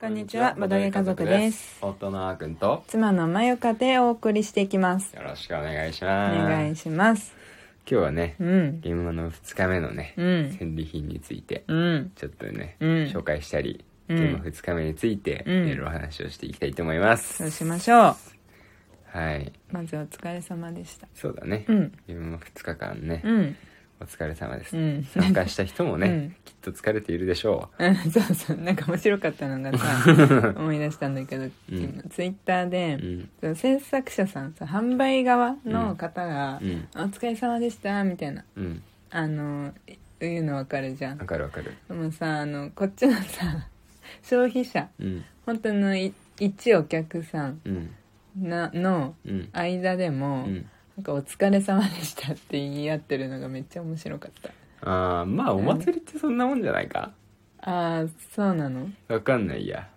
こんにちは、ボドゲ家族です。夫のあーくんと、妻のまゆかでお送りしていきます。よろしくお願いしおます。願いします。今日はね、うん、ゲームの2日目のね、うん戦利品について、うん、ちょっとね、うん紹介したり、うんゲームの2日目について、うんいろいろお話をしていきたいと思います。そうしましょう。はい。まずお疲れ様でした。そうだね。うん、ゲームの2日間ね、うん、お疲れ様です。うん参加した人もね、うんきっと疲れているでしょうん、 そうそう、なんか面白かったのが さ、思い出したんだけど、ツイッターう。うで、ん。その制作者さんさ、販売側の方がう、ん。お疲れ様でした、みたいな、うん。あの、言うのわかるじゃんわ。かるわかる。でもさ、あの、こっちのさ、消費者、うん。本当のい一お客さんうん。なのうん。間でも、うん。なんか「お疲れ様でした」って言い合ってるのがめっちゃ面白かったあーまあお祭りってそんなもんじゃないかああそうなのわかんないや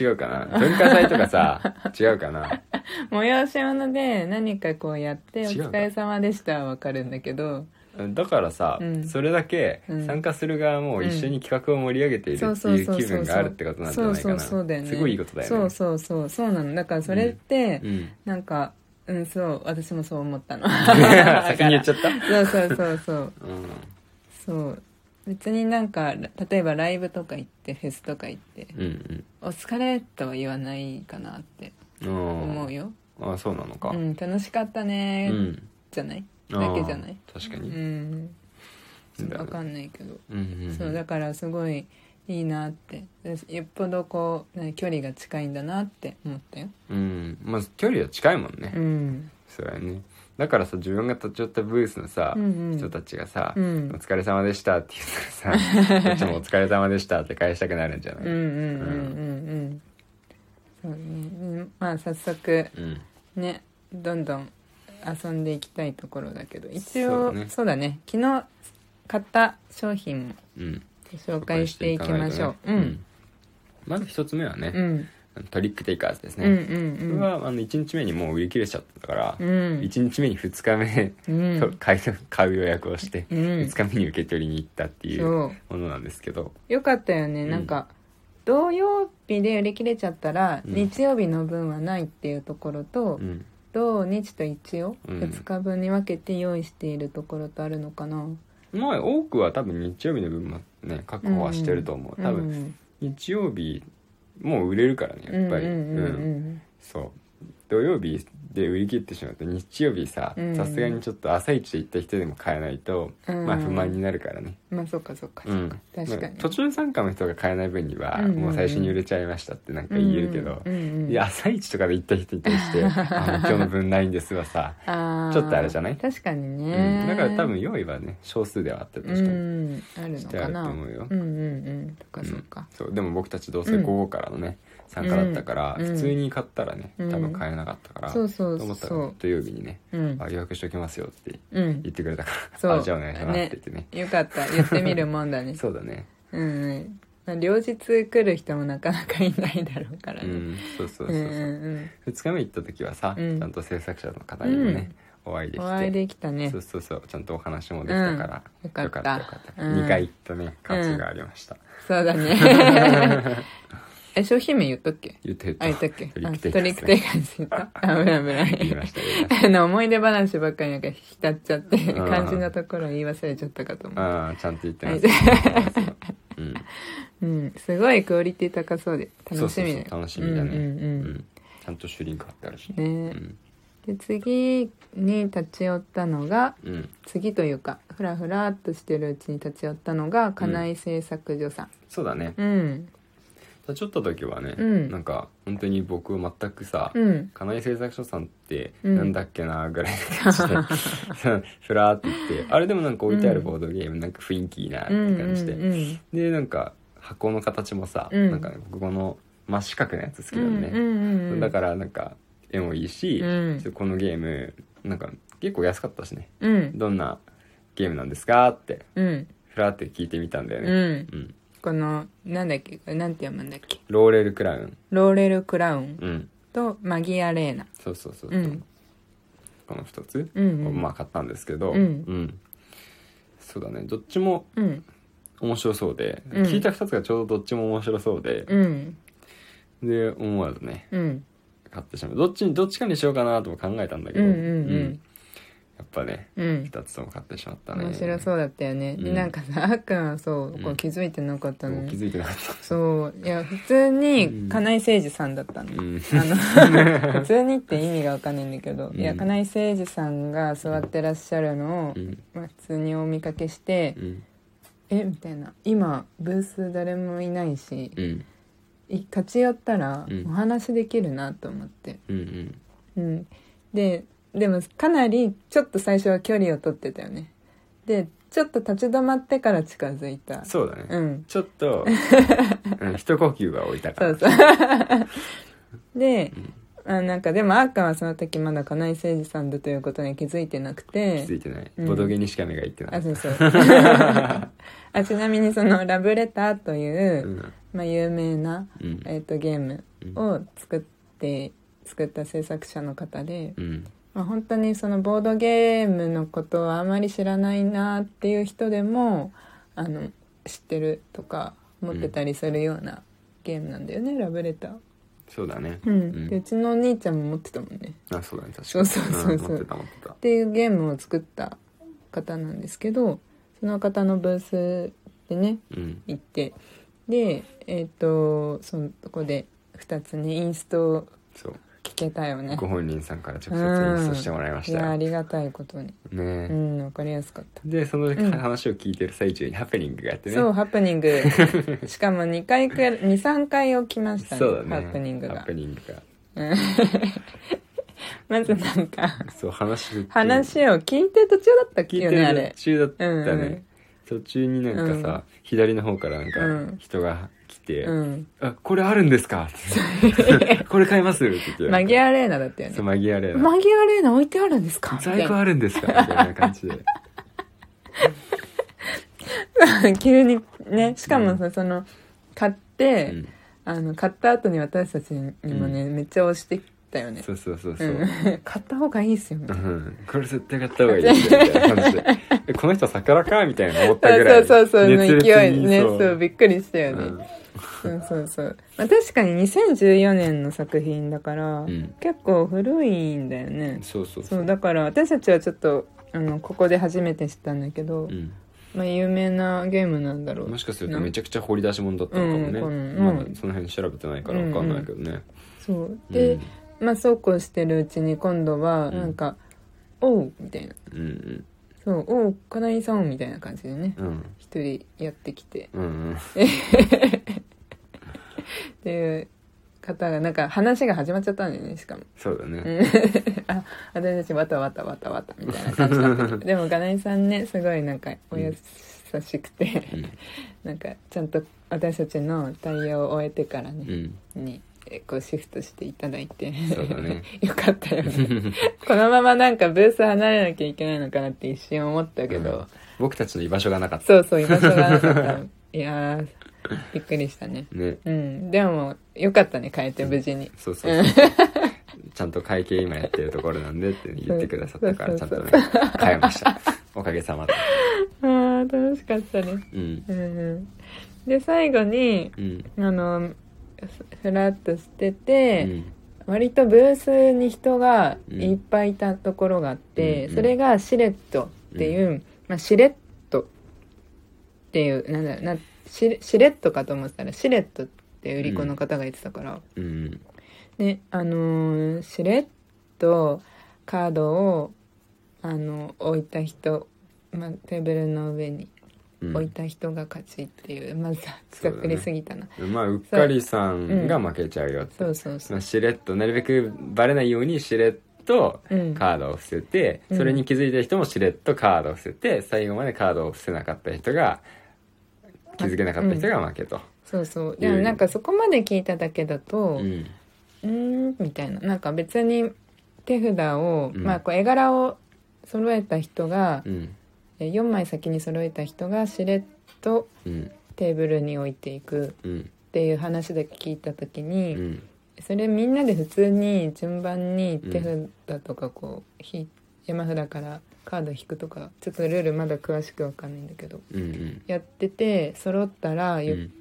違うかな文化祭と かさ違うかな催し物で何かこうやって「お違うか疲れ様でした」はわかるんだけどだからさ、うんそれだけうん参加する側も一緒に企画を盛り上げているそっうてそういそうう気そ分うがあるってことなんじゃないかそうなそうそうだよねすごいいいことだよねそうそうそうそうなのだからそれって、 うん、なんかうんそう私もそう思 ったの先に言っちゃった、そうそうそうそううん、そう別になんか例えばライブとか行ってフェスとか行ってうん「お疲れ」とは言わないかなってうんうん思うよ、あそうなのかうん、楽しかったうねーんじゃない、あーだけじゃない確かうに、んそうだねわかんないけど、うんうんうんそうだからすごいいいなってでよっぽどこうね距離が近いんだなって思ったようんまあ距離は近いもんね、うんそうやねだからさ自分が立ち寄ったブースのさ、うんうん人たちがさ、うんお疲れ様でした」って言った らさこっちも「お疲れ様でした」って返したくなるんじゃなうんいうんうんうんうんそうねうんまあ早速うんねどんどん遊んでいきたいところだけど一そ応そううだねだね昨日買った商品もうんご紹介していきましょう、紹介ていかないとねまず一つ目はうね、んトリックテイカーズですうんうんね、これはあの1日目にもう売り切れちゃったから、うんうん1日目に2日目、うんと 買い買う予約をして、う二ん2日目に受け取りに行ったっていうもそのなんですけどうよかったよね、うんなんか土曜日で売り切れちゃったら、うん日曜日の分はないっていうところと、うん土日と一応うん2日分に分けて用意しているところとあるのかな、まあ多くは多分日曜日の分もね確保はしてると思う、多分分日曜日もう売れるからねやっぱりううんうんうんそう土曜日で売り切ってしまうと日曜日さうんさすがにちょっと朝一で行った人でも買えないと、うん、うんまあ不満になるからね、まあそっかそっかそっか、うん確かまにあ途中参加の人が買えない分には、うんうんうんもう最初に売れちゃいましたってなんか言えるけど、うんうんうん、いや朝一とかで行った人に対 して「あの今日の分ないんです」はさ、あーちょっとあれじゃない確かにうね、ん、だから多分用意はね少数ではあったとうしても、んあるしのてあかるとな思うよ、うんうんうんそっかそっうんか、そうでも僕たちどうせ午後からのね、参加だったから、うん普通に買ったらね、うん多分買えなかったから、そうそうと思ったそらう土曜日にねうんあ予約しておきますよってうん言ってくれたかそうらあじゃあお願いしますって言ってねよかった言ってみるもんだね そうだねうんうんまあ両日来る人もなかなかいないだろうからうね、んそうそうそううん2うん日目行った時はさ、うんちゃんと制作者の方にもね、お会いでうんきおて会いできたねそうそうそうちゃんとお話もできたから、うんよかったよかったよかった、うん2回行ったね感じがありました、そうだ ねえ商品名言っとっけ言ってるあ言ったっけトリックあテイカトーリでッすクねテイカーです言っ た危ない危な言いいました言いま しあの思い出話ばっかりなんか浸っちゃってうん肝心なところを言い忘れちゃったかと思たう、ああちゃんと言ってます、ううんん、すごいクオリティ高そうで楽しみだよそうそうそう楽しみだねうんううんんちゃんとシュリンク貼ってあるしうねん、うねんで次に立ち寄ったのがうん次というかふらふらっとしてるうちに立ち寄ったのが金井製作所さんそうだね、うん立ち寄った時はね、うんなんか本当に僕全くさ、うん金井製作所さんってうんなんだっけなぐらいの感 じで、ふらーって言ってあれでもなんか置いてあるボードゲームなんか雰囲気いいなってうん感じで、うんでなんか箱の形もさ、うんなんか僕この真四角のやつ好きうだよんね、うんうんうんだからなんか絵もいいし、うんちょっとこのゲームなんか結構安かったしねうんどんなゲームなんですかってうんふらーって聞いてみたんだよね、うんうんこのなんだっけこれなんて読むんだっけローレルクラウンローレル・クラウンうんとマギア・レーナそうそうそう、うんこの2つ、うんうんまあ買ったんですけど、うんそうだねどっちもうん面白そうで、うん聞いた2つがちょうどどっちも面白そうで、うんで思わずねうん買ってしまうどっちにどっちかにしようかなとも考えたんだけど、うんうんうんやっぱねうん2つとも買ってしまったね面白そうだったよね、でうんなんかさあっくんはそうこううん気づいてなかったの、もう気づいてなかったそういや普通うにん金井誠司さんだったの、うんあ の普通にって意味がわかんないんだけど、うんいや金井誠司さんが座ってらっしゃるのを、うんまあ、普通にお見かけしてうん「えみたいな今ブース誰もいないし、うんい立ち寄ったらうんお話できるな」と思って、うんうんうん、ででもかなりちょっと最初は距離を取ってたよねでちょっと立ち止まってから近づいたそうだね、うんちょっ と、うん、一呼吸は置いたかそらうそう で、あなんかでもあーくんはその時まだ金井誠司さんだということに気づいてなく気てづいてない、うんボドゲにしか目がいってないあそうそう あちなみにその「ラブレター」という、うんまあ、有名な、うんえー、とゲームを作って作った制作者の方で、うんまあ、本当にそのボードゲームのことをあまり知らないなっていう人でもあの知ってるとか持ってたりするようなゲームなんだよね、ラブレター。そうだね、うんでうちのお兄ちゃんも持ってたもんね。あそうだね確かそうそうそうそうん持ってた持ってたっていうゲームを作った方なんですけどその方のブースでねうん行ってでえっ、とそのとこで2つねインストをそう聞けたよねご本人さんから直接演奏してもらいまいしたやあよりがたいことにうねんわかりやすかったでそのん話を聞いてる最中にハプニングがあってねそうハプニン グしかも2回くらい23回起きましたねそうだねハプニングハがプニングが まずなんかそう話を話を聞いて途中だったっけ聞いよてねあるれ途中だったね、うんうん途中になんかさ、左の方からなんうんか人が来て「うんあこれあるんで すか?」って「これ買います」って言ってマギアレーナだったよねそうマギアレーナマギアレーナ置いてあるんですかみたい在な庫あるんですかみたいな 感じで 急にねしかもさ、その買って、うんあの買った後に私たちにもね、めっちゃ押してきたよねそうそうそうそう、ん 買った方がいいっすよねうんこれ絶対買った方がいいみたいな 感じでえこの人魚かみたいな思ったぐらそいうそうそうその熱烈勢いにねそそううびっくりしたうよね、んそうそうそう、まあ、確かに2014年の作品だから、うん結構古いんだよねそうそうそそううだから私たちはちょっとあのここで初めて知ったんだけど、うんまあ有名なゲームなんだろうもしかするとめちゃくちゃ掘り出し物だったのかもね、うんうんまだその辺調べてないから分かんないけどね、そううんで、まあそうこうしてるうちに今度はうんなんか「おう」みたいなうんうん「そうおう金井さん」みたいな感じでねうん一人やってきてうんうんっていう方がなんか話が始まっちゃったんだよねしかもそうだね、うんあ私たちわたわたわたわたみたいな感じだ ったけどでも金井さんねすごいなんかお優しくて、うんなんかちゃんと私たちの対応を終えてからうね、んにえこうシフトしていただいて そうだねよかったよねこのままなんかブース離れなきゃいけないのかなって一瞬思ったけど、うん僕たちの居場所がなかったそうそう居場所がなかった いやーびっくりしたねねうんでもよかったね変えて無事にそうそう そうちゃんと会計今やってるところなんでって言ってくださったからちそゃうんそとうね変えましたおかげさまであー楽しかったねうんうんうんで最後にうんあのふふらっとしてうて、ん割とブースに人がいっぱいいたところがあって、うんうんそれがシレットっていう、まあ、シレットっていうなんだろうなシレシレットかと思ってたらシレットって売り子の方が言ってたから、うんねあのーしれっとカードをあの置いた人、まあ、テーブルの上にうん置いた人が勝ちっていう、まずはそざうだっねくりすぎたなまあうっかりさんが負けちゃうよってそう,、そうそうまあ、しれっとなるべくバレないようにしれっとうんカードを伏せて、うんそれに気づいた人もしれっとカードを伏せて最後までカードを伏せなかった人が気づけなかった人が負けと、そうそうでもなんかそこまで聞いただけだとうんうーんみたいななんか別に手札を、うんまあこう絵柄を揃えた人がう、んえ4枚先に揃えた人がしれっとうんテーブルに置いていくうんっていう話だけ聞いた時に、うんそれみんなで普通に順番に手札とかこう、ひ山札からカード引くとかちょっとルールまだ詳しくわかんないんだけどうんうんやってて揃ったらゆ、うん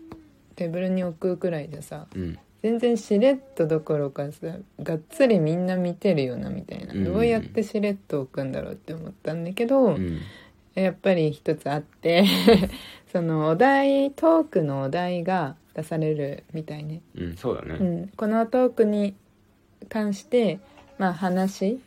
テーブルに置くくらいじゃさうん全然しれっとどころかさがっつりみんな見てるよなみたいなうんどうやってしれっと置くんだろうって思ったんだけど、うんやっぱり一つあって そのお題トークのお題が出されるみたいね、うんそうだうねん、このトークに関してまあ話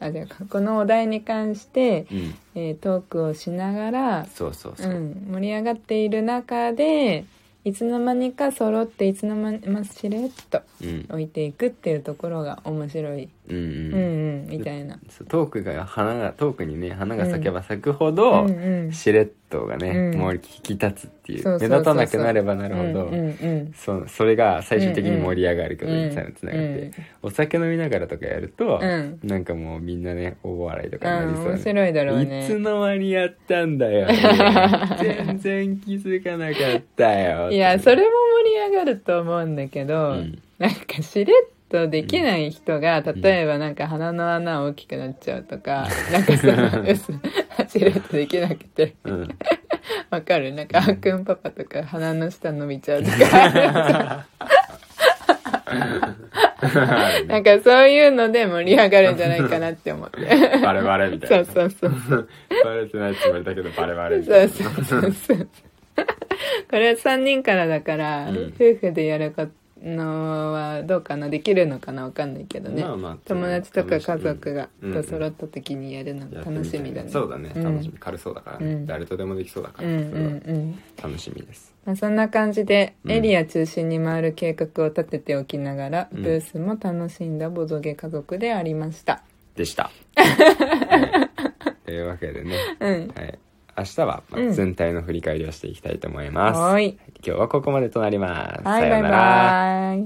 あじゃあこのお題に関して、うんえートークをしながら、そうそうそううん盛り上がっている中でいつの間にか揃っていつの間にまあしれっとうん置いていくっていうところが面白い、うんうんうんうん、みたいな。そうトークが花がトークにね花が咲けば咲くほうどんうん、しれっとがねうんもう引き立つっていそううそ目うそうそ立うたなくなればなるほうどんうんうんそうそれが最終的に盛り上がることにつながっうんてお酒飲みながらとかやるとうんなんかもうみんなね大笑いとうかになりそん、う面ね白いだろういつね。の間にやったんだよ全然気づかなかったよ いや、それも盛り上がると思うんだけど、うんなんかしれっとできない人が、例えばなんか鼻の穴大きくなっちゃうとか、なんかさ、嘘しれっとできなくて、 うんわかるなんか、あっくんパパとか鼻の下伸びちゃうと か、なんかそういうので盛り上がるんじゃないかなって思って。バレバレみたいそなうそうそう。バレてないつもりだけどバレバレみたそういなそうそうそう。これは3人からだから、うん夫婦でやるのはどうかなできるのかなわかんないけどね、まあまあ友達とか家族がうんと揃った時にやるのやってみたい楽しみだね、そうだねん楽しみ軽そうだからねうん誰とでもできそうだかうらんうんそれうはん楽しみですまあ、そんな感じでうんエリア中心に回る計画を立てておきながら、うんブースも楽しんだボドゲ家族でありました でした。はいというわけでね、うんはい、明日はまあうん全体の振り返りをしていきたいと思います。はーい今日はここまでとなります。はいさバよイうならバイ